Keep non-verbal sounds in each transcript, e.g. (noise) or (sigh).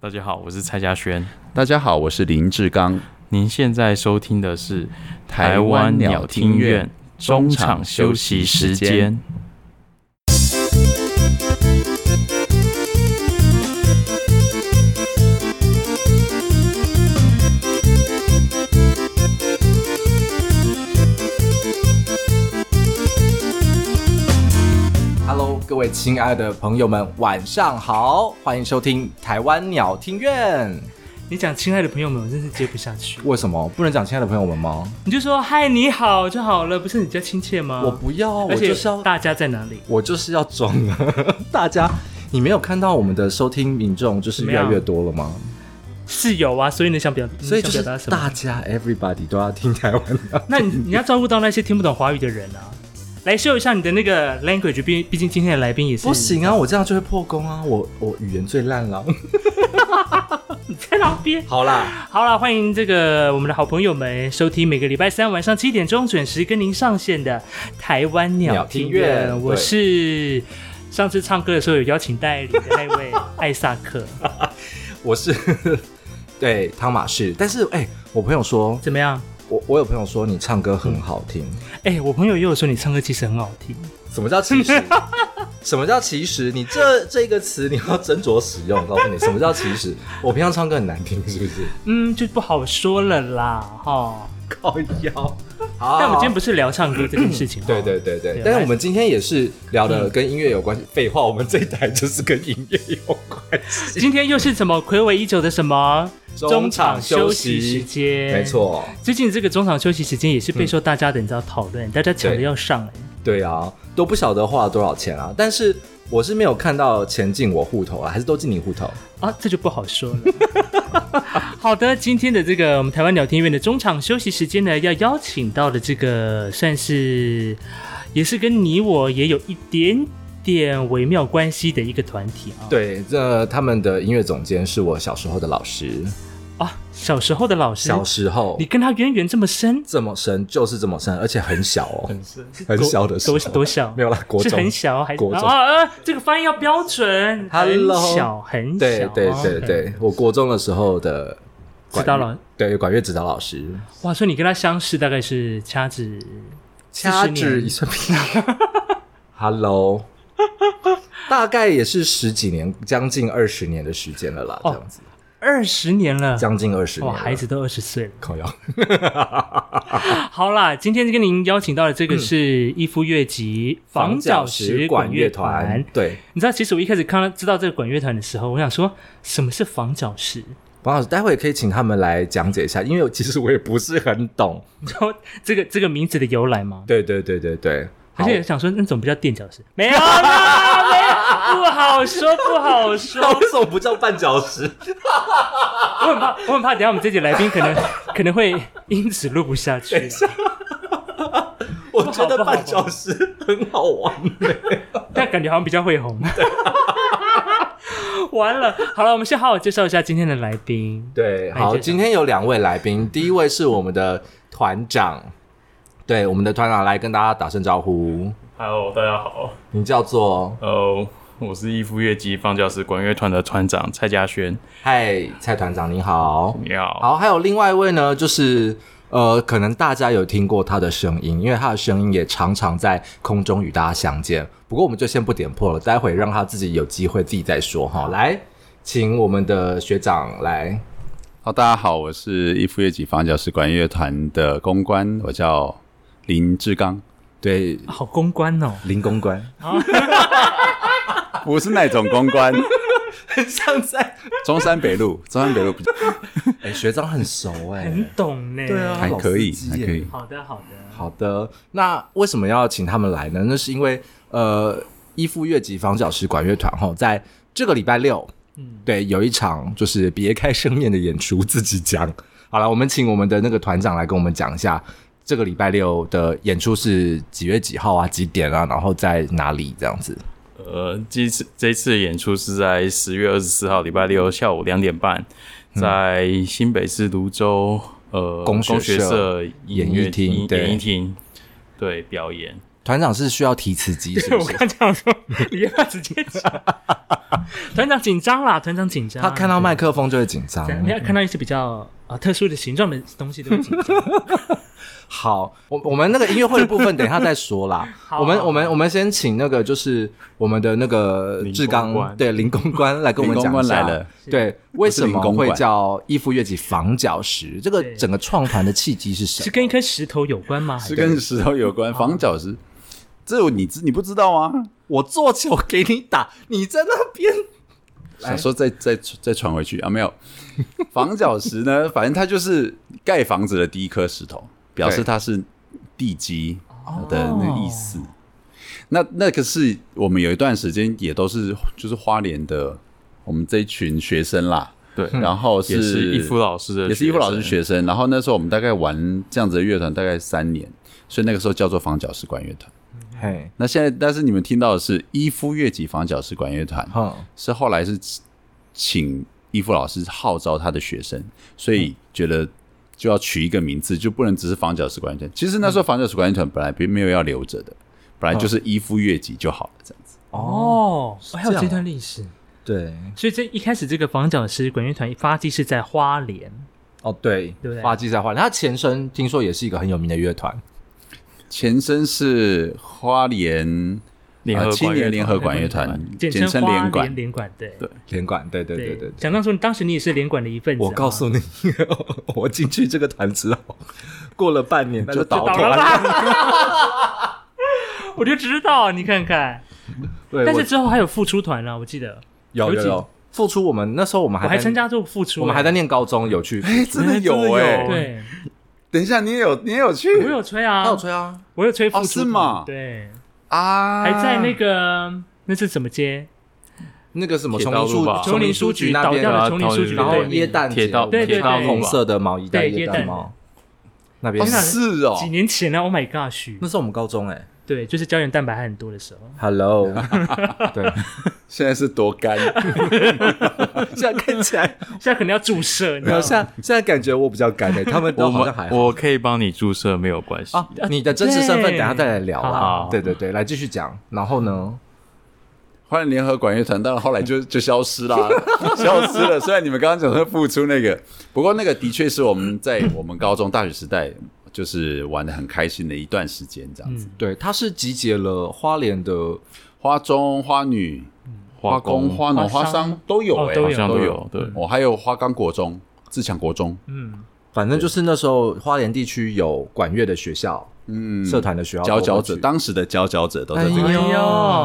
大家好，我是蔡家轩。大家好，我是林志刚，您现在收听的是台湾湾鸟鸟听听院院中场休息时间。 Hello，各位亲爱的朋友们，晚上好，欢迎收听台湾鸟听院。你讲亲爱的朋友们，我真是接不下去。为什么不能讲亲爱的朋友们吗？你就说嗨，你好就好了，不是你比较亲切吗？我，不要，我啊而且就是要，大家在哪里？我就是要装啊！ (laughs) 大家，你没有看到我们的收听民众就是越来越多了吗？是有啊，所以你想表，所以就你是想表达什大么？家 everybody 都要听台湾的。 (laughs) 那你你要照顾到那些听不懂华语的人啊。来秀一下你的那个 language，毕毕竟今天的来宾哦也是不，行啊，我这样就会破功啊！我我语言最烂了。你在哪边？好啦， (laughs) 好了，欢迎这个我们的好朋友们收听每个礼拜三晚上七点钟准时跟您上线的台湾鸟听鸟听院，院我是上次唱歌的时候有邀请代理的那位艾萨克， (laughs) 我是 (laughs) 对汤马士，但是哎、我朋友说，怎么样？我我有朋友说你唱歌很好听。哎、我朋友也有说你唱歌其实很好听，什么叫其 (laughs) 实？什么叫其实？你这这个词你要斟酌使用。我告诉你，什么叫其实？我平常唱歌很难听，是不是？嗯，就不好说了啦，哈。靠腰。好，但我们今天不是聊唱歌这件事情，嗯对哈对。对对对，但是我们今天也是聊的跟音乐有关系。废话，我们这一台就是跟音乐有 (laughs) 关系。今天又是什么暌违已久的什么中场休息息时间？没，错，最近这个中场休息时间也是备受大家的你知道讨论，大家抢着对要上哎、对啊，都不晓得花了多少钱啊。但是我是没有看到钱进我户头啊，还是都进你户头？啊，这就不好说了。 (laughs) 好的，今天的这个我们台湾聊天院的中场休息时间呢，要邀请到的这个算是也是跟你我也有一点点微妙关系的一个团体啊。对，这他们的音乐总监是我小时候的老师，啊，小时候的老师，小时候你跟他渊源这么深，这么深就是这么深，而且很小哦，深，很小的时候多多小？没有啦，国是中很小还是国中啊啊？这个发音要标准，很 Hello 小很小，对对哦对 OK 对，我国中的时候的管指导老对管乐指导老师，哇，所以你跟他相识大概是掐指掐40年指一算，Hello，大概也是十几年，将近二十年的时间了啦，这哦样子，二十年了，将近二十年哇，了，孩子都二十岁了。靠腰，好啦，今天跟您邀请到的这个嗯是逸夫乐集防角角石石管管乐乐团团，。对，你知道，其实我一开始看到知道这个管乐团的时候，我想说什么是防角石？王老师，待会可以请他们来讲解一下，因为我其实我也不是很懂，然后这个这个名字的由来吗？对对对对对，好而且想说那种不叫垫脚石， (laughs) 没有啦，没有，不好说，不 (laughs) 好说。那为什么不叫绊脚石？我很怕，我很怕，等一下我们这集来宾可 (laughs) 能可能会因此录不下去。我觉得绊脚石很好玩、但感觉好像比较会 (laughs) 红。完了，好了，我们先好好介绍一下今天的来宾。 (laughs) 对，哎好，这今天有两位来宾，第一位是我们的团长，对，我们的团长来跟大家打声招呼， Hello，大家好。你叫做呃，我是义夫乐集放教室管乐团的团长蔡家轩。嗨蔡团长，你好。你好，好，还有另外一位呢，就是呃，可能大家有听过他的声音，因为他的声音也常常在空中与大家相见。不过我们就先不点破了，待会让他自己有机会自己再说哈。来，请我们的学长来。好，大家好，我是一夫乐集房角石管乐团的公关，我叫林志刚，对，好公关哦，林公关，不是那种公 (laughs) 关，很像在中山北路，中山北路比 (laughs) 较哎、学长很熟哎、很懂呢。对啊还可以老司，还机耶可以。好的好的，好的，那为什么要请他们来呢？那是因为呃，依附乐集房角石管乐团吼，在这个礼拜六，嗯，对，有一场就是别开生面的演出，自己讲。好了，我们请我们的那个团长来跟我们讲一下这个礼拜六的演出是几月几号啊，几点啊，然后在哪里这样子。呃，这次这次演出是在十月二十四号礼拜六下午两点半，在新北市泸州呃工学嗯学社社音演艺乐厅厅对演艺厅对表演。团长是需要提词机，是对不 (laughs) 我是？刚讲说， (laughs) 你要不要直接讲？ (laughs) 团长紧张啦，团长紧张。他看到麦克风就会紧 (laughs) 张对，。你要看到一些比较啊特殊的形状的东西都会紧张。好，我我们那个音乐会的部分等一下再说啦。 (laughs) 好我们我们我们先请那个就是我们的那个林志刚公关对林公关来跟我们林讲公一关下。来了对，为什林么公会馆叫一夫乐集防角石？这个对整个创团的契机是什是么？跟一颗石头有关吗？还是跟石头有关，防角石。这你知你不知道吗？我做球给你打，你在那边哎想说再再再传回去啊？没有， (laughs) 防角石呢？反正它就是盖房子的第一颗石头，表示对它是地基哦的那个意思。那那个是我们有一段时间也都是就是花莲的我们这一群学生啦，对，然后也是一夫老师的，也是一夫老师，学生。然后那时候我们大概玩这样子的乐团大概三年，所以那个时候叫做防角石管乐团。嘿，那现在但是你们听到的是伊夫乐集防角石管乐团，哼，是后来是请伊夫老师号召他的学生，所以觉得嗯就要取一个名字，就不能只是防角石管乐团。其实那时候防角石管乐团本来并没有要留着的，本来就是伊夫乐集就好了，这样子。哦，还有这样啊这段历史。对，所以这一开始这个防角石管乐团发迹是在花莲，哦对对不对花季在花莲，他前身听说也是一个很有名的乐团，前身是花莲啊联合呃青管乐团年联合管乐团，简简称称花联莲管。联管，对对连管，对对对对对。讲到说，你当时你也是联管的一份子啊。我告诉你， (laughs) 我进去这个团之后，过了半年就倒倒倒团了。吧。 (laughs) 我就知道，你看看。对，但我是之后还有复出团啊，我记得有有有几有付出，我们那时候我们我还在参，加过复出欸，我们还在念高中，有去。哎，真的哎真的有有哎、对，哦等一下，你也有，你也有去，我有吹啊，他有，吹啊，我有吹复哦出是吗团对，啊，还在那啊个那是怎么接？那个什么铁丛道林路书吧丛林书局那啊边倒掉的了啊丛林桃书园局路然后对椰面蛋铁节道对对铁啊道对路红吧色的毛衣带对椰椰蛋蛋帽，那哦边啊是哦，几年前呢？Oh my gosh！那是我们高中哎对，就是胶原蛋白还很多的时候。 ，Hello，对，现在是多干，现在看起来现在可能要注射，你没知道有，吗现在现在感觉我比较干哎，他们我都好像还们好。我可以帮你注射，没有关系。啊，你的真实身份等一下再来聊对啦好。对对对，来继续讲。然后呢？换联合管乐团，当然后来就 (laughs) 就消失啦，消失了。虽然你们刚刚讲说付出那个，不过那个的确是我们在我们高中、大学时代就是玩的很开心的一段时间，这样子。嗯对，他是集结了花莲的，花中、花女、花工、工花农、花花商商都有哦哎，都有好像都都有有。对我还有花岗国中、自强国中，嗯，反正就是那时候花莲地区有管乐的学校、嗯，社团的学校、佼佼者，当时的佼佼者都在这哎里呀，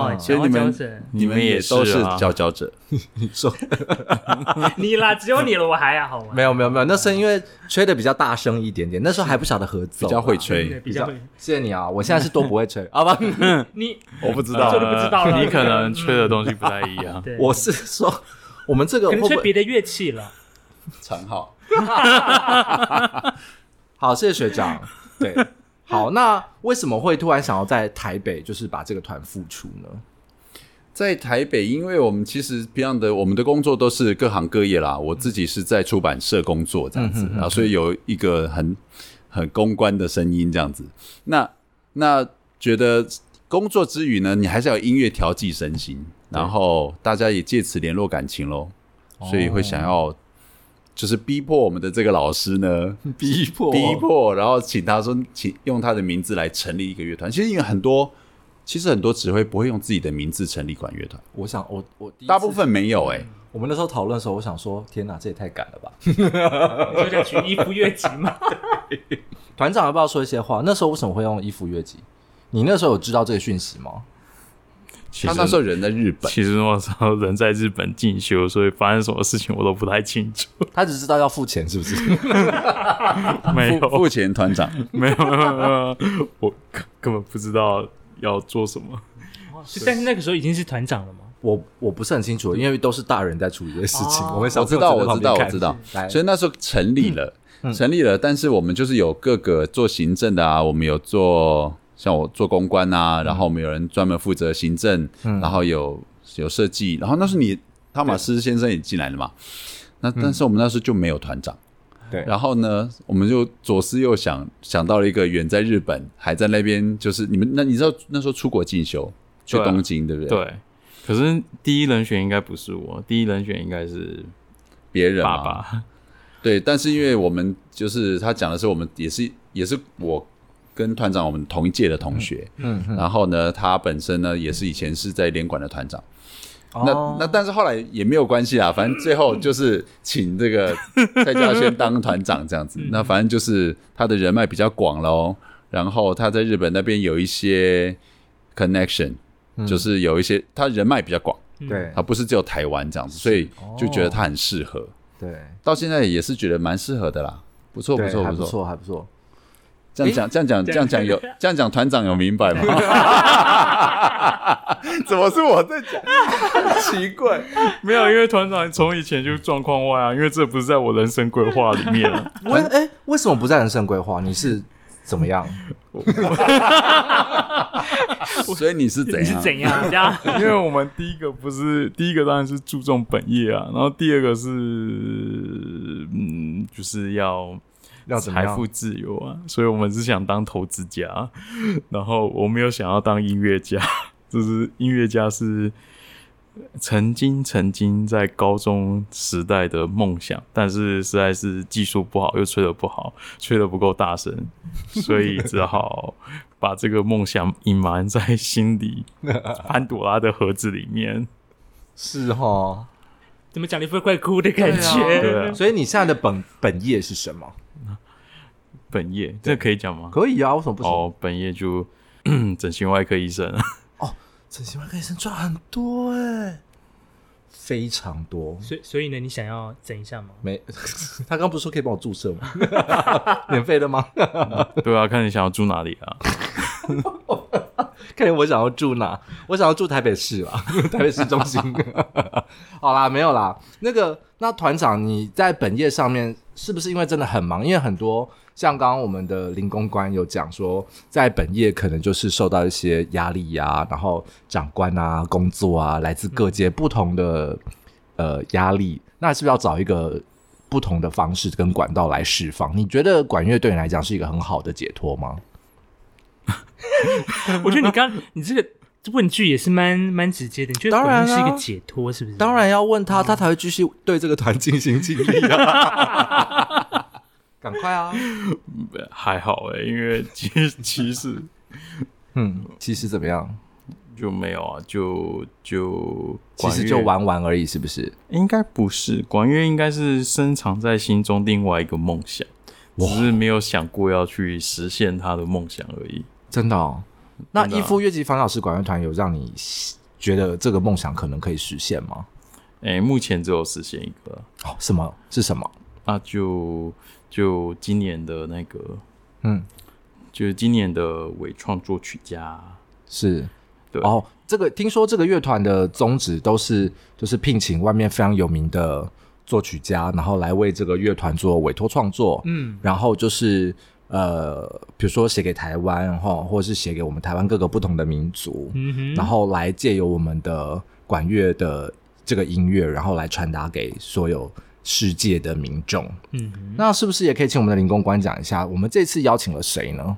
哎呦，所以你佼佼们者你们也都是你们也是啊佼佼者。你说 (laughs) 你啦，只有你了，我还要好玩，没有没有没有，那时候因为吹的比较大声一点点，那时候还不晓得合奏，比较会对吹啊对，比比较较会。谢谢你啊，我现在是都不 (laughs) 会吹，好吧？你我不知呃这就不知道了你可能吹的东西不太一样。对， (laughs) 我是说，我们这个可会能不吹会别的乐器了。长号。 (laughs) 好？谢谢学长。对， (laughs) 好，那为什么会突然想要在台北就是把这个团复出呢？在台北，因为我们其实平常的我们的工作都是各行各业嗯啦。我自己是在出版社工作这样子，啊，所以有一个很很公关的声音这样子。那那觉得工作之余呢，你还是要有音乐调剂身心，然后大家也借此联络感情喽，哦所以会想要就是逼迫我们的这个老师呢， (laughs) 逼迫 (laughs) 逼迫，然后请他说，请用他的名字来成立一个乐团。其实因为很多，其实很多指挥不会用自己的名字成立管乐团，我想，我我第一次大部分没有哎、我们那时候讨论的时候，我想说，天哪，这也太赶了吧！你就叫取衣服乐集嘛。团长要不要说一些话？那时候为什么会用衣服乐集？你那时候有知道这个讯息 (laughs) 吗？其他实那时候人在日本，其实那时候人在日本进修，所以发生什么事情我都不太清 (laughs) 楚。他只知道要付钱，是不是？没 (laughs) 有，付钱团长没有，没有，没有，没有我根根本不知道要做什么。是但是那个时候已经是团长了嘛。我我不是很清楚，因为都是大人在处理这些事情。哦我们小我知道，朋我友在旁知道，边我看知道。来，所以那时候成立了，嗯成立了，但是我们就是有各个做行政的啊，我们有做像我做公关嗯啊，然后我们有人专门负责行政，然后有有设计，嗯然后那时候你汤马斯先生也进来了嘛，那但是我们那时候就没有团长，对然后呢，我们就左思右想，想到了一个远在日本，还在那边，就是你们那你知道那时候出国进修去对啊东京，对不对？，对，可是第一人选应该不是我，第一人选应该是别人嘛爸爸。对，但是因为我们就是他讲的是我们也是也是我跟团长我们同一届的同学，嗯嗯然后呢，他本身呢也是以前是在联管的团长，哦那那但是后来也没有关系啊，反正最后就是请这 (laughs) 个蔡家轩当团长这样嗯子。那反正就是他的人脉比较广喽，然后他在日本那边有一些 connection，、就是嗯有一些他人脉比较广，对他不是只有台湾这样子，所以就哦觉得他很适合。对，到现在也是觉得蛮适合的啦，不错不对错还不不错。错，还不错。这样讲这样讲这样讲有这样讲团长有明白吗？ (laughs) 怎么是我在讲？奇怪。 (laughs) 没有，因为团长从以前就状况外啊，因为这不是在我人生规划里面啊。为哎，为什么不在人生规划？你是怎么样？所以你是怎你是样？怎样？这样 (laughs) 因为我们第一个不是第一个当然是注重本业啊，然后第二个是嗯，就是要要怎么财样富自由啊，所以我们是想当投资家，然后我没有想要当音乐家， (laughs) 就是音乐家是曾经曾经在高中时代的梦想，但是实在是技术不好，又吹得不好，吹得不够大声，所以只好把这个梦想隐瞒在心里， (laughs) 潘朵拉的盒子里 (laughs) 面。 (laughs) 是哈，怎么讲？你会快哭的感觉。对啊所以你现在的本本业是什么？本业这可以讲吗？可以啊，为什么不行？哦，本业就 (coughs) 整形外科医生 (laughs) 啊。整形外科医生赚很多哎、非常多。所以所以呢，你想要整一下吗？没， (laughs) 他刚不是说可以帮我注射吗？免费的吗？ (laughs) 对啊，看你想要住哪里啊？看来我想要住哪？我想要住台北市啦， (laughs) 台北市中心。 (laughs) 好啦，没有啦。那个，那团长你在本业上面是不是因为真的很忙？因为很多像刚刚我们的林公关有讲说，在本业可能就是受到一些压力呀、然后长官啊、工作啊，来自各界不同的、呃压力，那是不是要找一个？不同的方式跟管道来释放，你觉得管乐对你来讲是一个很好的解脱吗？我觉得你刚你这个问句也是蛮蛮直接的，你觉得当然啊回应是一个解脱，是不是？当然要问他，他才会继续对这个团尽心尽力啊！ (laughs) 赶快啊！还好哎、因为其其实嗯，其实怎么样？就没有啊，就就其实就，玩玩而已，是不是？管乐应该不是管乐，应该是深藏在心中另外一个梦想，只是没有想过要去实现他的梦想而已。真的哦。那真的啊一夫乐器方老师管乐团有让你觉得这个梦想可能可以实现吗？哎、目前只有实现一个，啊哦，什么是什么？那啊就就今年的那个，嗯，就是今年的伪创作曲家，是对哦。这个听说这个乐团的宗旨都是就是聘请外面非常有名的作曲家，然后来为这个乐团做委托创作。嗯，然后就是呃，比如说写给台湾哈，或者是写给我们台湾各个不同的民族，嗯哼，然后来借由我们的管乐的这个音乐，然后来传达给所有世界的民众。嗯哼，那是不是也可以请我们的林公关讲一下，我们这次邀请了谁呢？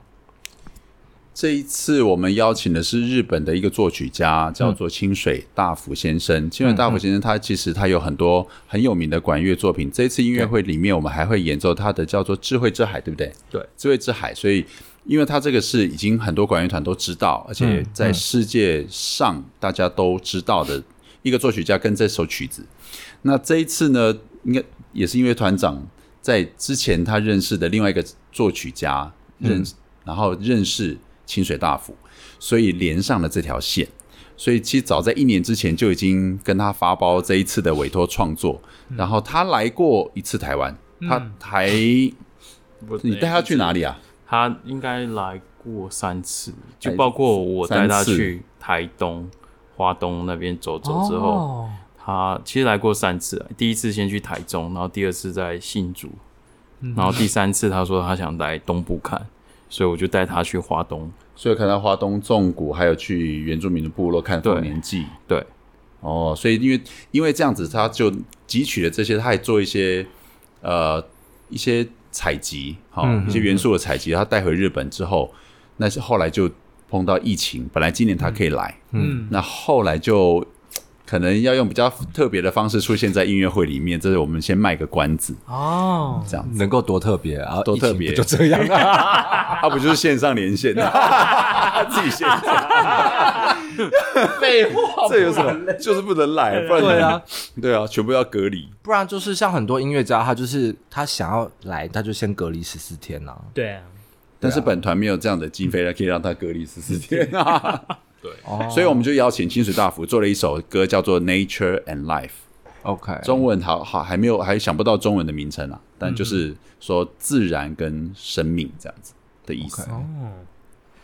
这一次我们邀请的是日本的一个作曲家，叫做清水大辅先生。清水大辅先生他其实他有很多很有名的管乐作品。这一次音乐会里面，我们还会演奏他的叫做《智慧之海》，对不对？对， 《智慧之海》。所以，因为他这个是已经很多管乐团都知道，而且在世界上大家都知道的一个作曲家跟这首曲子。那这一次呢，应该也是因为团长在之前他认识的另外一个作曲家认，然后认识清水大辅，所以连上了这条线。所以其实早在一年之前就已经跟他发包这一次的委托创作，然后他来过一次台湾，他台你带他去哪里啊？他应该来过三次，就来包括我带他三次去台东、花东那边走走之后，哦他其实来过三次啊，第一次先去台中，然后第二次在新竹，嗯然后第三次他说他想来东部看，所以我就带他去华东。所以看到花东纵谷，还有去原住民的部落看《对丰年祭》。对，哦，所以因为因为这样子，他就汲取了这些，他还做一些呃一些采集，好、嗯一些元素的采集，他带回日本之后，那是后来就碰到疫情，本来今年他可以来，嗯，那后来就可能要用比较特别的方式出现在音乐会里面，这是我们先卖个关子，啊哦，这样子，能够多特别啊，多特别疫情不就这样啊，啊，不就是线上连线， (laughs) 自己线上， (laughs) 废 (laughs) 话这有什么？就是不能来，不然对啊， (laughs) 对啊，全部要隔离。不然就是像很多音乐家，他就是他想要来，他就先隔离十四天呐、啊。对啊，但是本团没有这样的经费，可以让他隔离十四天啊。 (laughs) 对，哦所以我们就邀请清水大福做了一首歌，叫做《Nature and Life》， OK，中文好好还没有还想不到中文的名称啊，但就是说自然跟生命这样子的意思。哦，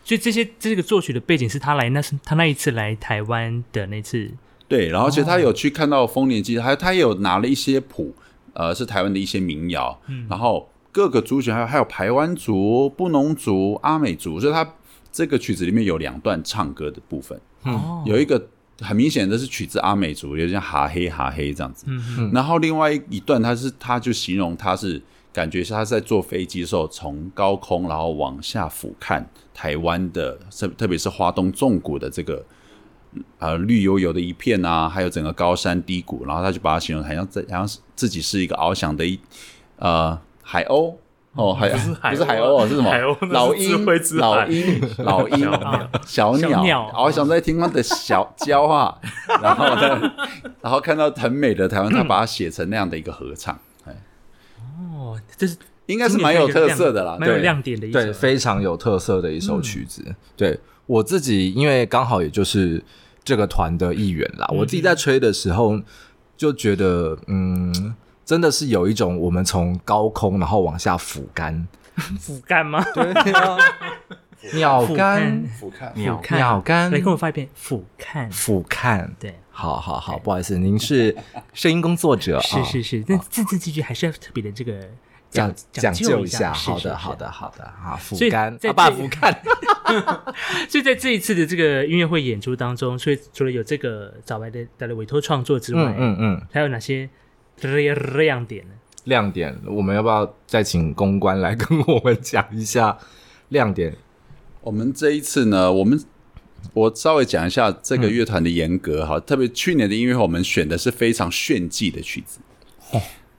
所以这些这个作曲的背景是他来那是他那一次来台湾的那次，对，然后其实他有去看到丰年祭，还他也有拿了一些谱，呃，是台湾的一些民谣，然后各个族群还有还有排湾族、布农族、阿美族，所以他这个曲子里面有两段唱歌的部分，哦，有一个很明显的是取自阿美族，有点像哈黑哈黑这样子。嗯嗯、然后另外一段，他是他就形容他是感觉是他在坐飞机的时候，从高空然后往下俯瞰台湾的，特特别是花东纵谷的这个。呃，绿油油的一片啊，还有整个高山低谷，然后他就把它形容好像在，好像是自己是一个翱翔的一呃海鸥哦，海不是嗯海不是海鸥鸥啊哦，是什么？海鸥那是老智慧之鹰，海老鹰，老 (laughs) 鹰，小小鸟鸟，翱翔在天空的小娇啊，然后呢，然后看到很美的台湾，他把它写成那样的一个合唱，哎，哦，这是应该是蛮有特色的啦，蛮有对亮点的一对，首，非常有特色的一首曲子。对我自己，因为刚好也就是这个团的一员啦，我自己在吹的时候就觉得，嗯，真的是有一种我们从高空然后往下俯瞰，俯瞰吗？ (laughs) 鸟俯瞰瞰，俯瞰俯瞰，鸟来跟我瞰，发一遍俯瞰，俯瞰。对。好好好，不好意思，您是声音工作者，是啊是是，但这这这句还是要特别的这个讲讲究一是好是的是好的好的啊，俯所以瞰在啊，爸这俯瞰，所以在这一次的这个音乐会演出当中，所以除了有这个早白的带来委托创作之外， (laughs) 嗯嗯嗯，还有哪些亮点呢？亮点，我们要不要再请公关来跟我们讲一下亮点？我们这一次呢，我们我稍微讲一下这个乐团的严格哈，特别去年的音乐会我们选的是非常炫技的曲子，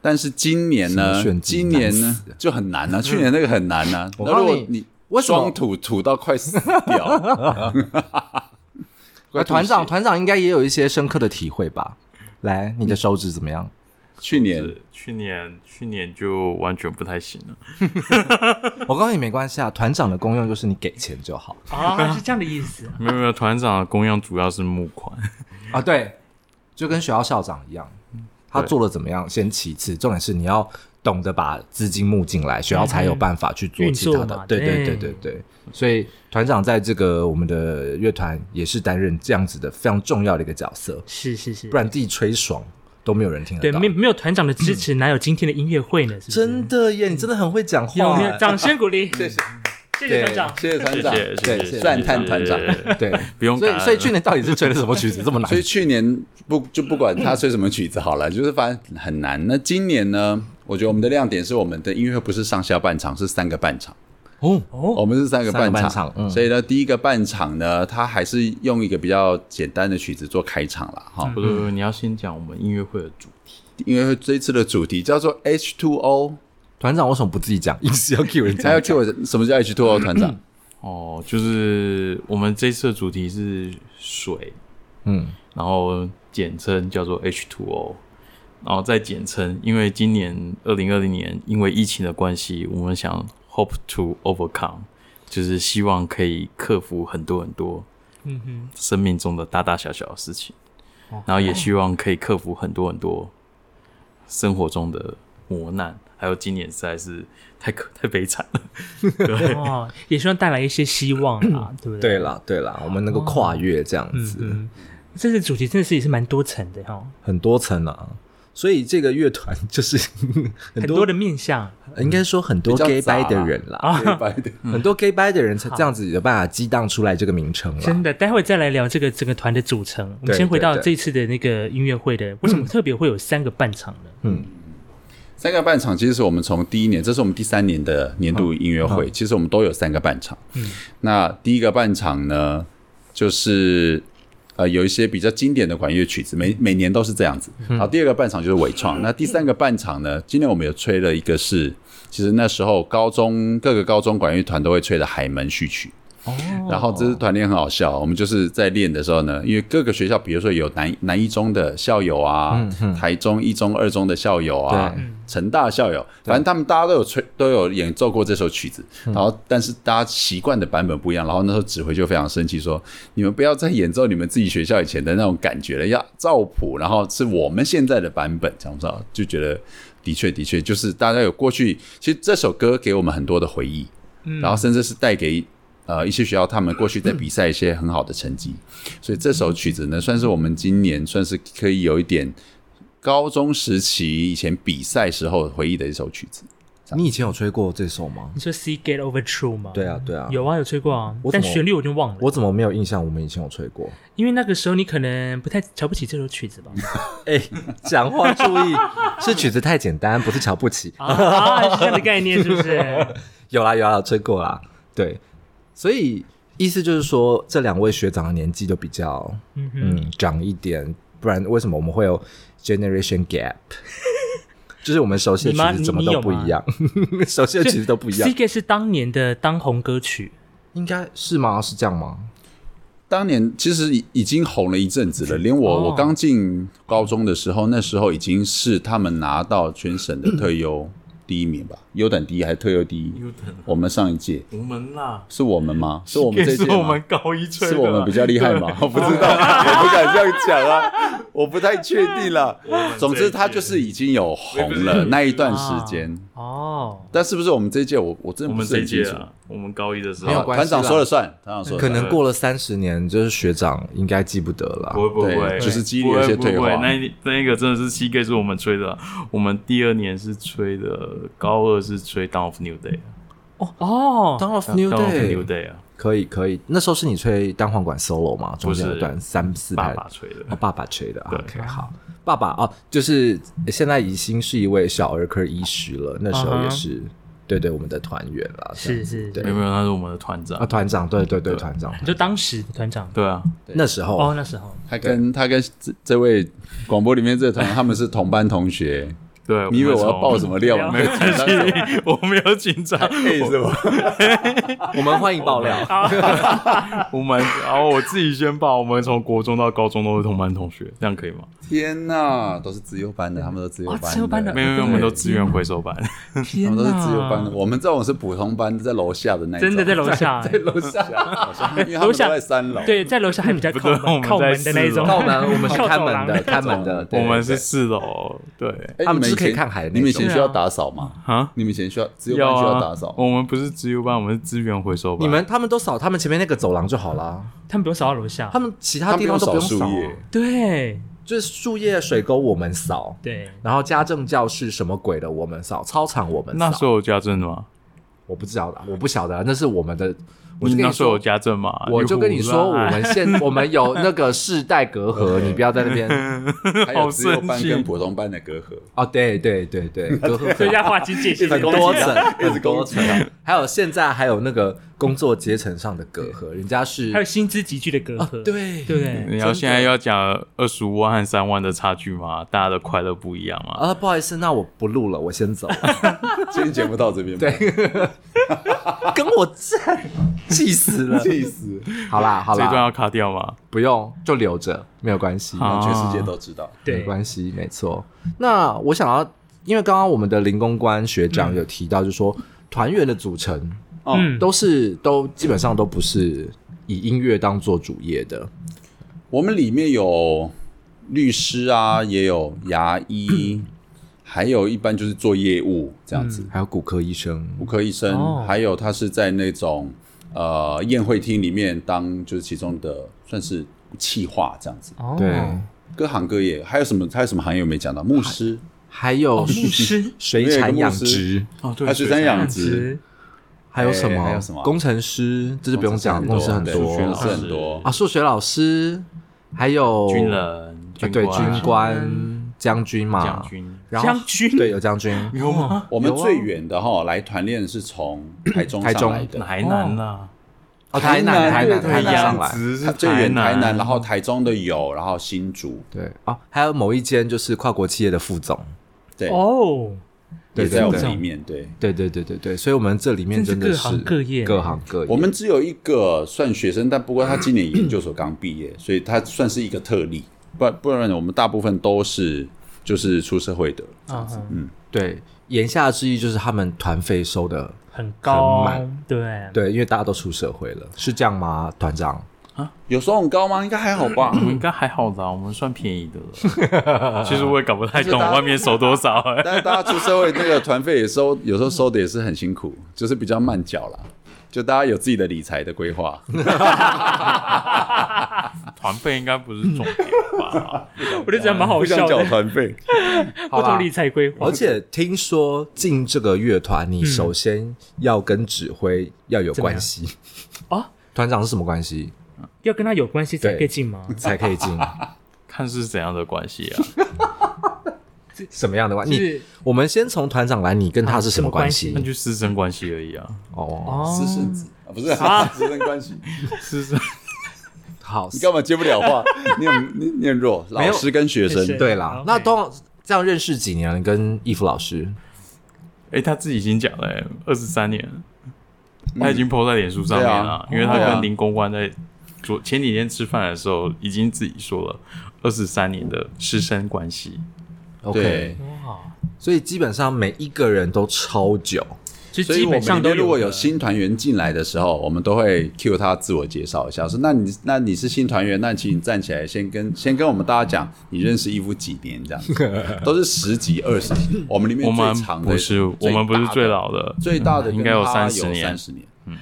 但是今年什么呢炫，技今年难呢死就很难啊，去年那个很难啊，我那如告诉果你你为什么双吐吐到快死掉，那呃团长，吐血团长应该也有一些深刻的体会吧？来，你的手指怎么样？去年是去年去年就完全不太行了。我告诉你没关系啊，团长的功用就是你给钱就好啊，是这样的意思啊。没有没有，团长的功用主要是募 (laughs) 款。啊。对，就跟学校校长一样，他对做了怎么样先其次，重点是你要懂得把资金募进来，学校才有办法去做嗯运其他作的嘛。对对对对对对，所以团长在这个我们的乐团也是担任这样子的非常重要的一个角色。 (laughs) 是是是，不然自己吹爽都没有人听得对到。没没有团长的支持，哪有今天的音乐会呢？是不是嗯真的耶，你真的很会讲有话没。有掌声鼓 (laughs) 励？谢谢谢谢团长。谢谢团谢长，谢对谢谢，赞叹团长谢谢， (laughs) 对，不用所感以恩。所以去年到底是吹了什么曲子这么难所？以去年不就不管他吹什么曲子好 (coughs) 了，就是反正很难。那今年呢？我觉得我们的亮点是我们的音乐会不是上下半场，是三个半场。哦，我们是三个半三个半场，场嗯所以呢，第一个半场呢，他还是用一个比较简单的曲子做开场啦。哈。嗯不是你要先讲我们音乐会的主题。因为这一次的主题叫做 H two O，团长为什么不自己讲，硬 (laughs) 是要 (laughs) cue 人还要家？嗯给我什么叫 H two O 团 (laughs) 长？哦，就是我们这次的主题是水，嗯，然后简称叫做 H2O，然后再简称，因为今年二零二零年因为疫情的关系，我们想 hope to overcome，就是希望可以克服很多很多嗯哼，生命中的大大小小的事情，然后也希望可以克服很多很多生活中的磨难，还有今年实在是太可太悲惨了，哦，也希望带来一些希望 (clears throat) 啊，对对不对？啦对啦，我们能够跨越这样嗯子，嗯，这次主题真的是也是蛮多层的哈，很多层啊。所以这个乐团 (laughs) 就是很很多呃多的，面向。应该说很多比较 gay 杂 bye 啦的人啦，啊黑白的很多 gay bye 的人才这样子有办法激荡出来这个名称啦。真的，待会再来聊这个整个团的组成。我对嗯们先回到对对这一次的那个音乐会的，为什么特别会有三个半场呢？嗯，三个半场其实是我们从第一年，这是我们第三年的年度音乐会，其实我们都有三个半场。嗯，那第一个半场呢，就是呃有一些比较经典的管乐曲子，每每年都是这样子。好，第二个半场就是伪创，那第三个半场呢，今年我们有吹了一个是，其实那时候高中各个高中管乐团都会吹的海门序曲。然后这次团练很好笑，我们就是在练的时候呢，因为各个学校，比如说有南南一中的校友啊，台中一中、二中的校友啊对，成大校友，反正他们大家都有吹，都有演奏过这首曲子。然后，但是大家习惯的版本不一样。然后那时候指挥就非常生气，说：“你们不要再演奏你们自己学校以前的那种感觉了，要照谱，然后是我们现在的版本。”这样子啊就觉得的确的确，就是大家有过去，其实这首歌给我们很多的回忆。嗯然后甚至是带给呃一些学校他们过去在比赛一些很好的成绩，所以这首曲子呢，算是我们今年算是可以有一点高中时期以前比赛时候回忆的一首曲子。你以前有吹过这首吗？你说 C Get Over True 吗？对啊，对啊，有啊，有吹过啊我，怎但么旋律我就忘了。我怎么没有印象？我们以前有吹过。因为那个时候你可能不太瞧不起这首 (laughs) 曲子吧？哎，讲话注 (laughs) 意，是曲子太简单，不是瞧不起。啊啊，是这样的概念是不是？有啦有啦，有吹过啦。对，所以意思就是说，这两位学长的年纪就比较嗯哼，嗯长一点，不然为什么我们会有 generation gap？就是我们熟悉的你妈曲子怎么你你都有不一样， (laughs) 熟悉的曲子 (laughs) 都不一 C 样， Get 是当年的当红歌曲，应该是吗？是这样吗？当年其实已已经红了一阵子了，连我、哦我刚进高中的时候，那时候已经是他们拿到全省的嗯特优第一名吧，优等第一还是特优第一？我们上一届无门啦，是我们吗？是我们这 (laughs) 届是吗我们高一 (laughs) 吹的啊是啦，我们比较厉害吗？ (laughs) 我不知道，我不敢这样讲啊，我不太确定了。总之，他就是已经有红了那一段时间，啊哦，但是不是我们这一届？我我我真的不们是这一很届清楚。啊，我们高一的时没有候关系团长啦说了算，团长说了可算。能过了三十年，就是学长应该记不得不了。会不会，对就是肌力有些退化不会不会那一那一个真的是膝盖是我们吹的啊，我们第二年是吹的，高二是吹 Down of New Day，哦， Dawn of New Dawn of New Day， Day 啊，可以可以。那时候是你吹单簧管 solo 吗？中间有一段不三四爸拍爸吹的哦，。爸爸吹的。对 OK，好，爸爸哦，就是现在已经是一位小儿科医师了，那时候也是对对我们的团员啦，这样是是对没有没有，他是我们的团长啊，。团长，对对对，团长，你说当时的团长对啊，那时候哦，那时候他跟他跟这这位广播里面这个同他们是同班同学，对，你以为我要从爆什么料吗？ (laughs) 没有 (laughs) 我没有紧张，配哎是吧？我们欢迎爆料，我们然后我自己先报，我们从国中到高中都是同班同学，这样可以吗？天哪，都是资优班的，他们都资优哦资优班班的没有没有，我们都资源回收班，他天们都是哪自由班的，我们这种是普通班，在楼下的那一种真的在楼 (laughs) 下在在楼下， (laughs) 因为他们楼都下在三楼，，对，在楼下还比较靠不对我门们靠门在的那一四楼种，靠门，我们是靠看走门廊的，那看门的，对我们是对四楼，对哎，他们你是以可以前看海的那你们以前种需要对啊打扫吗？啊，你们以前需要自由要班需要啊打扫，我们不是资优班，我们是资源回收班。你们他们都扫他们前面那个走廊就好啦，他们不用扫到楼下他，们其他他们地方都不扫用树扫啊，叶，对就是树叶、水沟我们扫，对，然后家政教室什么鬼的我们扫，操场我们那时扫，候有家政吗？我不知道的，我不晓得，那是我们的，我你就跟嗯那你时候有说。家政吗？我就跟你说，胡我乱啊们现我们有那个世代隔阂，你不要在那边啊 (laughs) 还有好自由班生气跟普通班的隔 (laughs) 阂，哦，对对对对，隔阂啊所以要划清界限，很对不多对层，一很直多攻击层，还有现在还有那个工作阶层上的隔阂，人家是还有薪资集聚的隔啊阂，，对对不对？ (laughs) 你要现在要讲二十五万和三万的差距吗？大家的快乐不一样吗？啊，不好意思，那我不录了，我先走。今天节目到这边吧，对，跟我战，气死了！气 (laughs) 死，好啦好这一段啦，要卡掉吗？不用就留着，没有关系，好让全世界都知道，没对，关系，没错。那我想要，因为刚刚我们的林公关学长有提到，就是说团员的组成哦嗯，都是都基本上都不是以音乐当做主业的，我们里面有律师啊，也有牙 (clears throat) 医，还有一般就是做业务这样子，还有骨科医生，骨科医生，哦还有他是在那种呃宴会厅里面当就是其中的算是企划这样子，哦对，各行各业还有什么还有什么行业我没讲到？牧师，还有哦牧师水产养殖，哦，对还有水产养这样殖子，还有什么？哎还有什么工程师，这就不用讲，工工程师程师哦很多很老对数学多师很多啊，数学老师，还有军人，啊对，军军官、将军嘛，将军，然后将军对有将军，有吗？我们最远的哈来团练是 (coughs) 从台中台上中来的，台南啦，哦台南台南对台南上阳来，直是它最远台南，然后后台中的有，然后新竹，对哦，还有某一间就是跨国企业的副总，对，哦，也对在我们对里面。对，对对对对对，所以我们这里面真真的是各是行各业各行各业。我们只有一个算学生，但不过他今年研究所刚毕业，所以他算是一个特例。不然不然，我们大部分都是就是出社会的。啊哈，对言下之意就是他们团费收的，很高很，对，对，因为大家都出社会了，是这样吗，团长？有时候很高吗？应该还好 (laughs) 吧。应该还好啦，我们算便宜的了。其实我也搞不太就懂是大家外面收多少、 (laughs) 欸，但是大家出社会那个团费也收，有时候收的也是很辛苦，就是比较慢缴啦。就大家有自己的理财的规划，团费应该不是重点吧？我就觉得蛮好不想笑缴的，团费。不懂理财规划而，且听说进这个乐团，你首先要跟指挥要有关 (laughs) 系么样啊。团长是什么关系要跟他有关系才对可以进吗？才可以进？看是怎样的关系啊？什么样的关就系？是你我们先从团长来，你跟他啊是什什么么关关系系那？就师生关系而已啊。哦，哦 (laughs) 私生子啊，不是 (laughs) 私生关系。师 (laughs) 生好你，干嘛接不了话？你很你你很弱，没老有师跟学生是对好啦，OK，那都这样认识几年了？你跟义夫老师，哎、他自己已经讲了、欸，二十三年了，他已经 PO 在脸书上面了、因嗯对为啊他对啊跟林公关在昨前几天吃饭的时候，已经自己说了二十三年的师生关系。对 OK，。哇，所以基本上每一个人都超久，就所以基我每本上都天如果有的新团员进来的时候，我们都会 cue 他自我介绍一下，说：“那你那你是新团员，那请你站起来，先跟先跟我们大家讲，你认识义夫几年这样子，都是十几二十几，我们里面我们最长的不是，我们不是最老的，最大的嗯应该有三30年三十年，嗯，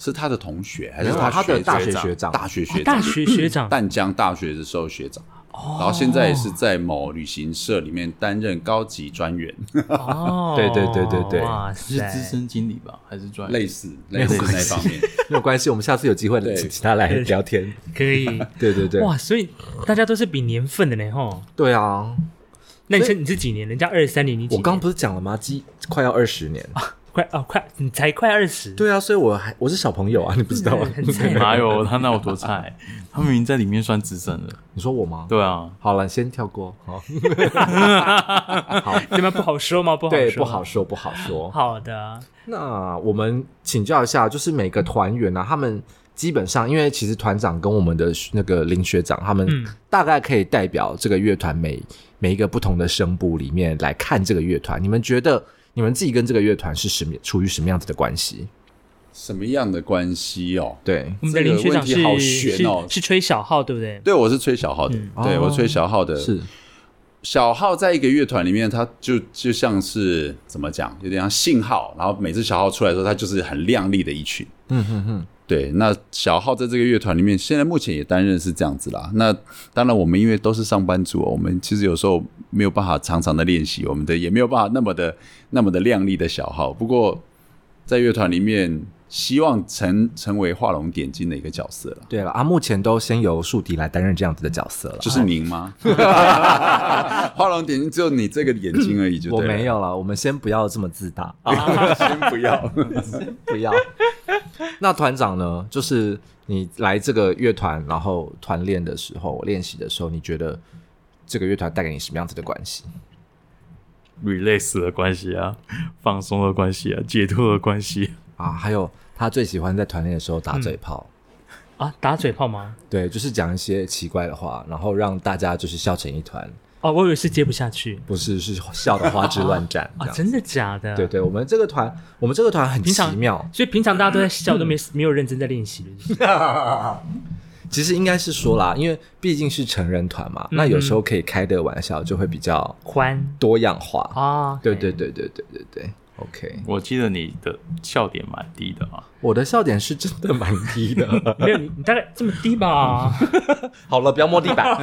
是他的同学还是然后他的学大大学长学长，大学学大长？学学长，淡江大学的时候学长，然后现在也是在某旅行社里面担任高级专员，哦，对对对对对哇塞，经理吧，还是专类似类似那一方面。没有关系，我们下次有机会对请他 (laughs) 来聊天。可以，对对对，哇，所以大家都是比年份的呢，吼。对啊，那你是你是几年？人家二十三年，你几我年刚不是讲了吗？几快要二十年，快哦，快，你才快二十，对啊，所以我还我是小朋友啊，你不知道吗？ (laughs) 很菜哪有他那有多菜？他明明在里面算资深的，你说我吗？对啊，好了，先跳过。好，对吗？不好说吗？不好对，说，不好。说，不好说。好的，那我们请教一下，就是每个团员啊，他们基本上，因为其实团长跟我们的那个林学长，他们嗯大概可以代表这个乐团每每一个不同的声部里面来看这个乐团。你们觉得你们自己跟这个乐团是什么处于什么样子的关系？什么样的关系哦？对，我们的林学长这是个问题是好悬哦是吹小号，对不对？对，我是吹小号的，对哦我吹小号的。是小号在一个乐团里面，它就就像是怎么讲，有点像信号。然后每次小号出来的时候，它就是很亮丽的一群。嗯哼哼，对，那小号在这个乐团里面，现在目前也担任是这样子啦。那当然，我们因为都是上班族哦，我们其实有时候没有办法常常的练习，我们的也没有办法那么的 (laughs) 那么的亮丽的小号。不过，在乐团里面，希望成成为画龙点睛的一个角色啦。对了啊，目前都先由树敌来担任这样子的角色了。就是您 (laughs) 吗？ (laughs) 画龙点睛只有你这个眼睛而已就，我没，有了，我们先不要这么自大，啊 (laughs) 先不要。不要。 (laughs) 那团长呢？就是你来这个乐团，然后团练的时候、练习的时候，你觉得这个乐团带给你什么样子的关系？ ，release 的关系啊，放松的关系啊，解脱的关系、啊，还有他最喜欢在团练的时候打嘴炮，啊，打嘴炮吗？对，就是讲一些奇怪的话，然后让大家就是笑成一团，哦，我以为是接不下去不是是笑得花枝乱颤这啊，样。真的假的？对。对，我们这个团，我们这个团很平奇常妙，所以平常大家都在笑，都没没有认真在练习，就是其实应该是说啦，因为毕竟是成人团嘛，那有时候可以开的玩笑就会比较宽多样化。啊，对对对对对对对，OK。我记得你的笑点蛮低的啊，我的笑点是真的蛮低的。没有你，你大概这么低吧？ (laughs) 好了，不要摸地板。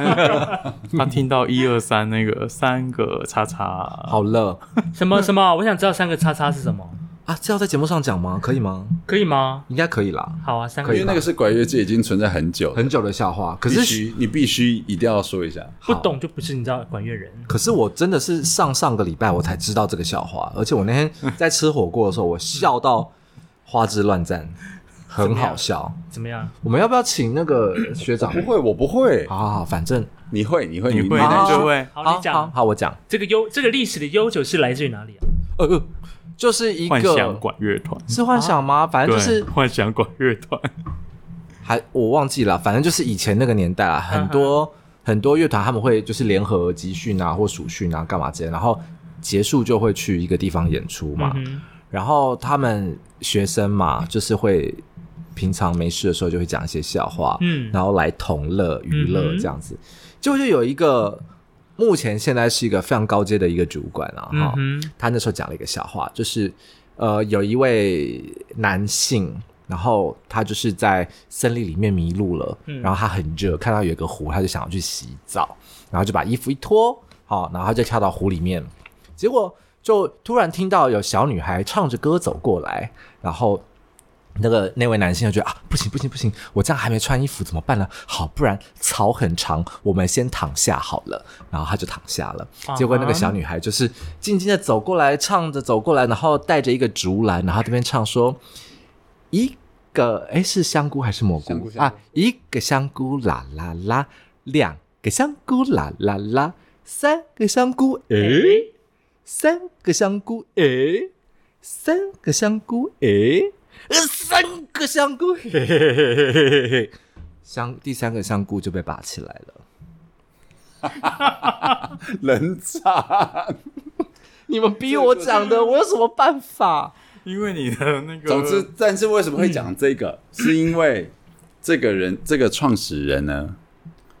他听到一二三 (laughs) 那个三个叉叉，好了什么什么？我想知道三个叉叉是什么？啊，这要在节目上讲吗？可以吗？可以吗？应该可以啦，好啊，三因个为月那个是管乐界已经存在很久了，很久的笑话。可必是，须你必须一定要说一下。不懂就不是你知道管乐人，可是我真的是上上个礼拜我才知道这个笑话，而且我那天在吃火锅的时候，我笑到花枝乱颤，很好笑。怎么样？我们要不要请那个学长？不会，我不会，好好好，反正你会，你会，你会，那你就就会。好，好你好讲好，我讲。这个悠这个历史的悠久是来自于哪里啊？呃，呃就是一幻想个管乐团，是幻想嗯吗？反正对， (laughs) 就是幻想管乐团，还我忘记了，反正就是以前那个年代啦，嗯很多、很多乐团他们会就是联合集训啊或暑训啊干嘛之类的，然后结束就会去一个地方演出嘛。嗯哼然后他们学生嘛，就是会平常没事的时候就会讲一些笑话，嗯然后来同乐娱乐嗯哼这样子。结果就有一个目前现在是一个非常高阶的一个主管啊，哈、嗯哼，他那时候讲了一个笑话，就是呃，有一位男性，然后他就是在森林里面迷路了，嗯然后他很热，看到有一个湖，他就想要去洗澡，然后就把衣服一脱，好、然后他就跳到湖里面，结果就突然听到有小女孩唱着歌走过来，然后。那个那位男性就觉得啊，不行不行不行，我这样还没穿衣服怎么办呢？好，不然草很长，我们先躺下好了。然后他就躺下了。结果那个啊哈小女孩就是静静的走过来，唱着走过来，然后带着一个竹篮，然后这边唱说一个哎是香菇还是蘑香菇菇香菇啊？一个香菇啦啦啦，两个香菇啦啦啦，三个香菇诶，三个香菇诶，三个香菇诶，呃三个香菇嘿嘿嘿嘿嘿嘿嘿，香第三个香菇就被拔起来了。人渣， (laughs) 你们逼我讲的，我有什么办法？因为你的那个，总之，但是为什么会讲这个？是因为这个人，这个创始人呢，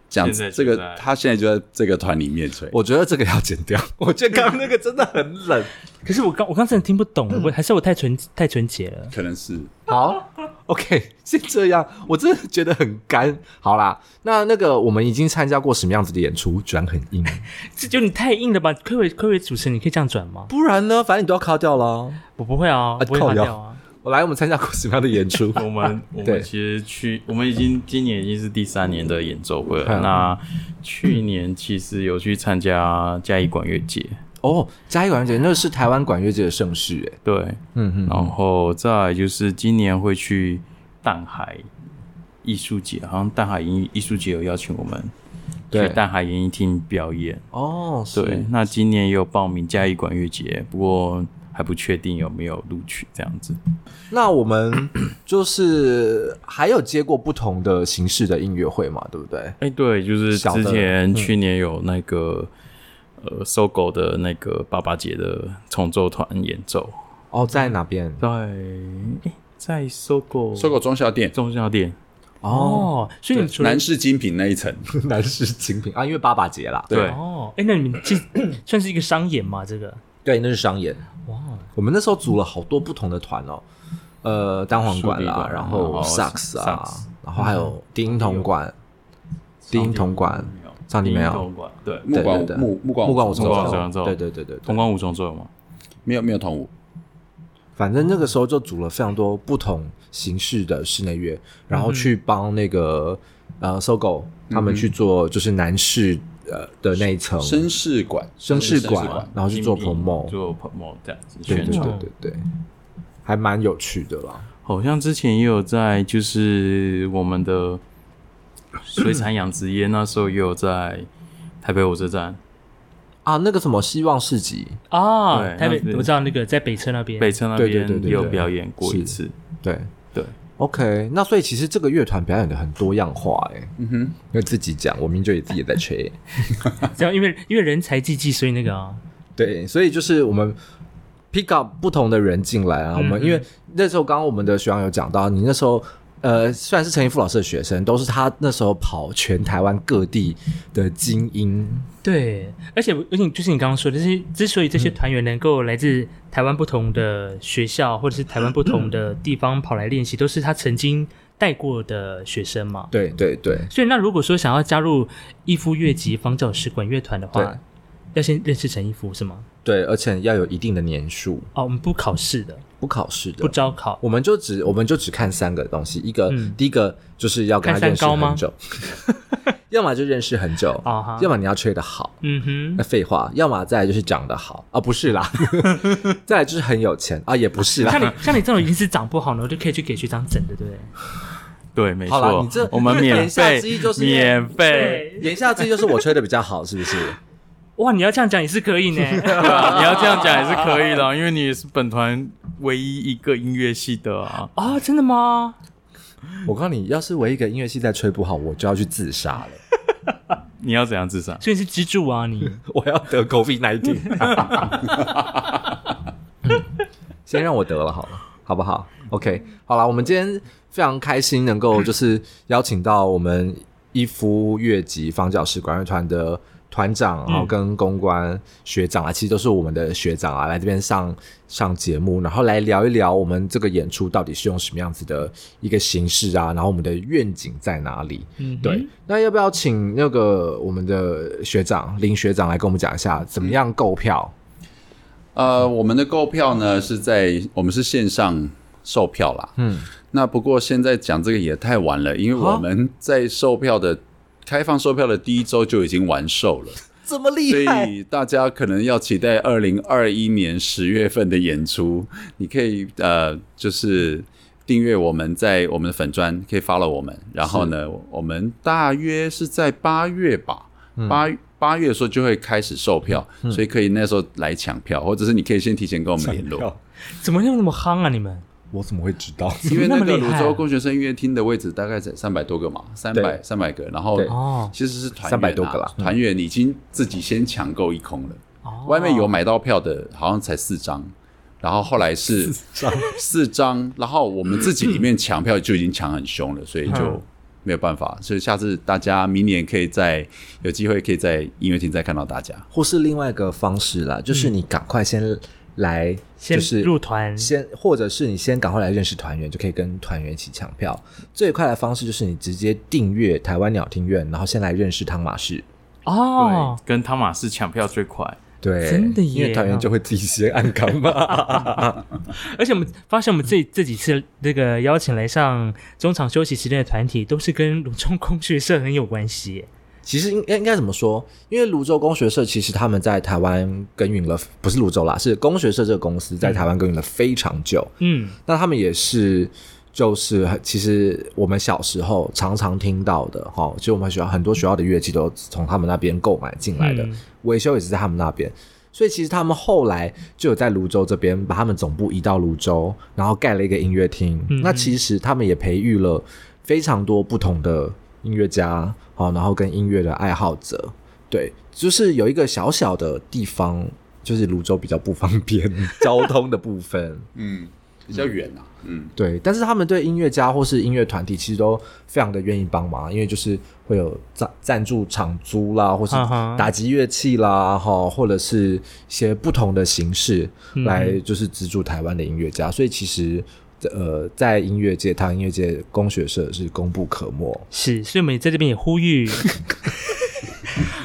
讲现在就这个在，他现在就在这个团里面吹。我觉得这个要剪掉。 (laughs) 我觉得刚刚那个真的很冷。可是我刚我刚真的听不懂，我还是我太纯太纯洁了。可能是好，OK，是 (laughs) 这样，我真的觉得很干。好啦，那那个我们已经参加过什么样子的演出，居然很硬，这就你太硬了吧？科委科委主持人，你可以这样转吗？ (laughs) 不然呢？反正你都要卡掉啦。我不会啊，我不会靠划腰掉啊。我来，我们参加过什么样的演出？我们我对们其实去，我们已经今年已经是第三年的演奏会了。嗯那去年其实有去参加嘉义管乐节， (laughs) 哦，嘉义管乐节那是台湾管乐界的盛世，哎，对，嗯嗯，然后再来就是今年会去淡海艺术节，好像淡海艺艺术节有邀请我们去对淡海演艺厅表演。哦，是对，，那今年也有报名嘉义管乐节，不过还不确定有没有录取这样子。那我们就是还有接过不同的形式的音乐会嘛，对不对？哎、对，就是小的之前去年有那个、呃搜狗的那个爸爸节的重奏团演奏，哦，在哪 (laughs) 边？在、诶在搜狗收购中小店中小店，哦，哦，所以你除了男士精品那一 (laughs) 层，男士精品啊，因为爸爸节啦。对，哦，哎，那你们这 (coughs) 算是一个商演嘛？这个对，那是商演。哇，我们那时候组了好多不同的团哦，呃，单簧管竖笛啦，管然后然后 sax 啊 sax，然后还有低音铜管、低音铜管、上帝低没音有、铜管，对，木管对对对木木管木管五重木管五奏重奏对对对对对铜。管五重奏有吗？没有没有同舞，反正那个时候就组了非常多不同形式的室内乐，然后去帮那个呃搜狗他们去做就是男士呃的那一层绅士管绅士管绅管，然后去做精品 promo，做 promo 这样子对对宣对传。对对，还蛮有趣的啦。好像之前也有在就是我们的水产养殖业那时候也有在台北火车站啊，那个什么希望市集，啊，对台北那是我知道那个在北车那边，北车那对对对边对也有对表演过一是次，对对。 OK，那所以其实这个乐团表演的很多样化、欸，哎，嗯哼，因为自己讲，我明明就也自己也在 (laughs) 吹，这样因为因为人才济济，所以那个啊，对，所以就是我们 pick up 不同的人进来啊，我们因为那时候刚刚我们的学长有讲到，你那时候。呃，虽然是陈一夫老师的学生，都是他那时候跑全台湾各地的精英，对，而且而且就是你刚刚说的，就是之所以这些团员能够来自台湾不同的学校或者是台湾不同的地方跑来练习，都是他曾经带过的学生嘛。对对对，所以，那如果说想要加入逸夫乐集、防角石管乐团的对话，要先认识陈逸夫是吗？对，而且要有一定的年数，哦，我们不考试的，不考试的，不招考，我们就只我们就只看三个东西，一个、嗯第一个就是要跟他看三认识高吗很久， (laughs) 要么就认识很久 (laughs) 啊哈要么你要吹得好，嗯那哼，废话，要么再来就是长得好啊，不 (laughs) 是啦，再来就是很有钱啊，也不是像啦。你像你这种已经是长不好了，我就可以去给学长整的，对不对？对，没好啦错你这，我们言免下费之意就是免费。，言下之意就是我吹的比较好，是不是？哇，你要这样讲也是可以呢。 (laughs) 对啊，你要这样讲也是可以的，因为你也是本团唯一一个音乐系的啊。啊，真的吗？我告诉你，要是我一个音乐系再吹不好，我就要去自杀了，你要怎样自杀？所以你是支柱啊，你我要得 COVID nineteen。先让我得了好了，好不好？OK，好了，我们今天非常开心能够就是邀请到我们一夫乐集房角石管乐团的团长，然后跟公关学长啊，其实都是我们的学长啊，来这边上上节目，然后来聊一聊我们这个演出到底是用什么样子的一个形式啊，然后我们的愿景在哪里？嗯哼对，那要不要请那个我们的学长林学长来跟我们讲一下怎么样购票？呃，我们的购票呢是在我们是线上售票啦。嗯，那不过现在讲这个也太晚了，因为我们在售票的开放售票的第一周就已经完售了，这么所厉以大家可能要期待二零二一年十月份的演出。你可以呃，就是订阅我们在我们的粉砖，可以 follow 我们。然后呢，我们大约是在八月吧，八、八月的时候就会开始售票，所以可以那时候来抢票，或者是你可以先提前跟我们联络。怎么那么夯啊？你们嗯我怎么会知道？ (laughs) 因为那个怎么那么厉泸害啊州工学生音乐厅的位置大概在三百多个嘛，三百三百个，然后对哦其实是团员啊300多个啦团员已经自己先抢购一空了，哦外面有买到票的，好像才四张，然后后来是四张，然后我们自己里面抢票就已经抢很凶了，所以就嗯没有办法，所以下次大家明年可以再有机会可以在音乐厅再看到大家。或是另外一个方式啦，就是你赶快先来，先就是入团先或者是你先赶快来认识团员，就可以跟团员一起抢票。最快的方式就是你直接订阅台湾鸟听院，然后先来认识汤马士。哦对，，跟汤马士抢票最快。对，真的因为耶团员就会自己先按杠嘛。而且我们发现我们这这几次这个邀请来上中场休息时间的团体，都是跟鲁中工学社很有关系耶。其实应该应该怎么说？因为泸州工学社其实他们在台湾耕耘了，不是泸州啦，是工学社这个公司在台湾耕耘了非常久。嗯，那他们也是，就是其实我们小时候常常听到的哈，齁其实我们学校很多学校的乐器都从他们那边购买进来的嗯，维、修也是在他们那边。所以其实他们后来就有在泸州这边把他们总部移到泸州，然后盖了一个音乐厅。嗯那其实他们也培育了非常多不同的音乐家，好，然后跟音乐的爱好者。对，就是有一个小小的地方，就是泸州比较不方便 (laughs) 交通的部分。嗯，比较远啊，嗯，对，但是他们对音乐家或是音乐团体其实都非常的愿意帮忙，因为就是会有赞赞助场租啦，或是啊哈打击乐器啦，哈，或者是一些不同的形式嗯来就是资助台湾的音乐家，所以其实呃，在音乐界，台湾音乐界工学社是功不可没。是，所以我们也在这边也呼吁， (laughs)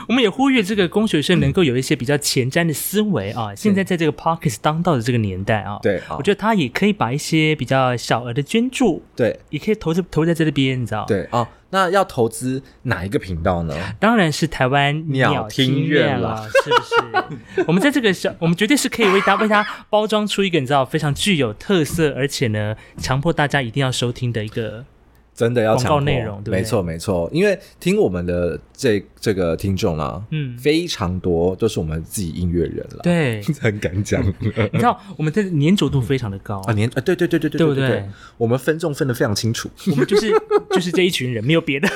我们也呼吁这个工学生能够有一些比较前瞻的思维啊。现在在这个 Pockets 当道的这个年代啊，，对，啊我觉得他也可以把一些比较小额的捐助，对也可以投资投在这边，你知道？，对啊、哦那要投资哪一个频道呢？当然是台湾鸟听院院了，是不 (laughs) 是？我们在这个小，我们绝对是可以为他为他包装出一个你知道非常具有特色，而且呢，强迫大家一定要收听的一个。真的要强迫广告内容对不对没错没错，因为听我们的这这个听众啊，嗯非常多都是我们自己音乐人了，，对，很敢 (laughs) 讲你知道我们的粘着度非常的 (laughs) 高啊，年啊，对对对对对对不对对我们分众分的非常清楚， (laughs) 我们就是就是这一群人，没有 (laughs) 别的。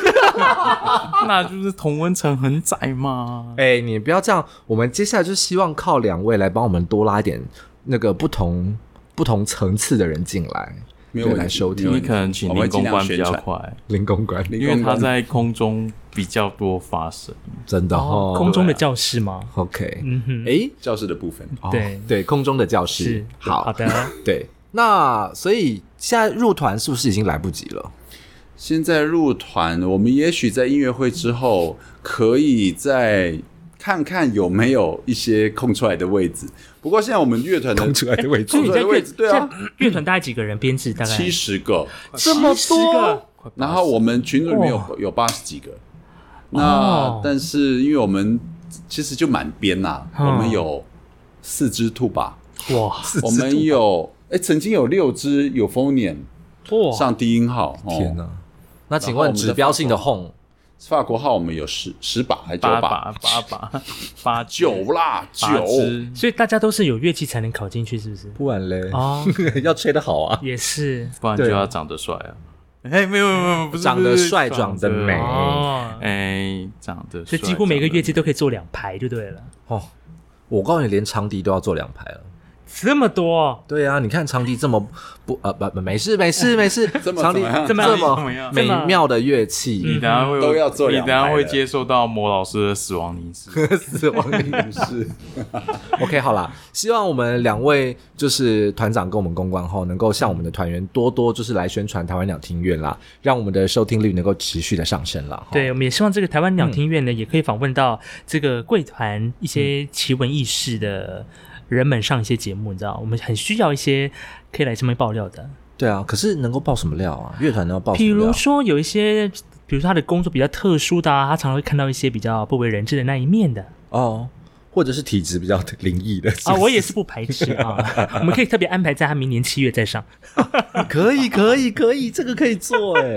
那就是同温层很窄嘛。哎、你不要这样，我们接下来就希望靠两位来帮我们多拉一点那个不同不同层次的人进来，没有问对题来收听没有你问题可能请我们林会尽公量关比较宣传快，零公馆林因为公他关在空中比较多发 (laughs) 声。真的哦，空中的教室吗？ OK，嗯哼，哎、教室的部分。哦对对，空中的教室是，好好，的，对，那所以现在入团是不是已经来不及了？现在入团，我们也许在音乐会之后，可以在看看有没有一些空出来的位置。不过现在我们乐团的空出来的位置 (laughs) 所以你坐在的乐位置对啊，在乐团大概几个人编制？大概七十个，这么多，然后我们群组里面有有八十几个。那但是因为我们其实就满编呐，嗯我们有四只兔吧，哇四肢我们兔有哎曾经有六只有 p h o n i u m 哇，上低音号，哦天哪！那请然后我问们的指标性的 home 法国号我们有十十把还是九八把？把八 (laughs) 把八九啦，九八只所以大家都是有乐器才能考进去，是不是？不然嘞， (laughs) 哦，要吹得好啊！也是不然就要长得帅啊！哎，没有没有没有，不是长得帅长得美哦，哎，长得帅，所以几乎每个乐器长都可以做两排就对了，哦，我告诉你，连长笛都要做两排了。这么多，对啊，你看长笛这么不呃不不没事 (laughs) 没事没事，这么长笛怎么样嗯这怎么样怎么么样美妙的乐得。你 (laughs) 器，等下会都要做你两等下排会的接受到魔老师的死亡凝视。死亡灵是 (laughs) OK，好啦，希望我们两位就是团长跟我们公关后，能够向我们的团员多多就是来宣传台湾鸟听院啦，让我们的收听率能够持续的上升啦。对，齁，我们也希望这个台湾鸟听院呢，也可以访问到这个贵团一些奇闻异事的人们上一些节目，你知道，我们很需要一些可以来这边爆料的，对啊，可是能够爆什么料啊？乐团能够爆什比么料如？说有一些，比如说他的工作比较特殊的啊，他常常会看到一些比较不为人知的那一面的哦，或者是体质比较灵异的啊，我也是不排斥 (laughs) 啊，我们可以特别安排在他明年七月再上。 (laughs) 可以，可以，可以，这个可以做哎。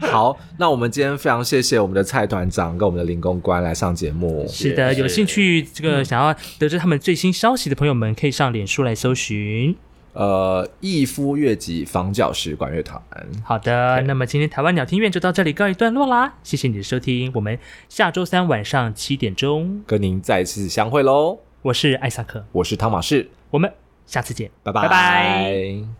(laughs) 好，那我们今天非常谢谢我们的蔡团长跟我们的林公关来上节目。是的，是有兴趣这个想要得知他们最新消息的朋友们，可以上脸书来搜寻。呃，逸夫乐集房角石管乐团，好的，那么今天台湾鸟听院就到这里告一段落啦，谢谢你的收听，我们下周三晚上七点钟，跟您再次相会喽。我是艾萨克，我是汤马士，我们下次见，拜拜。拜拜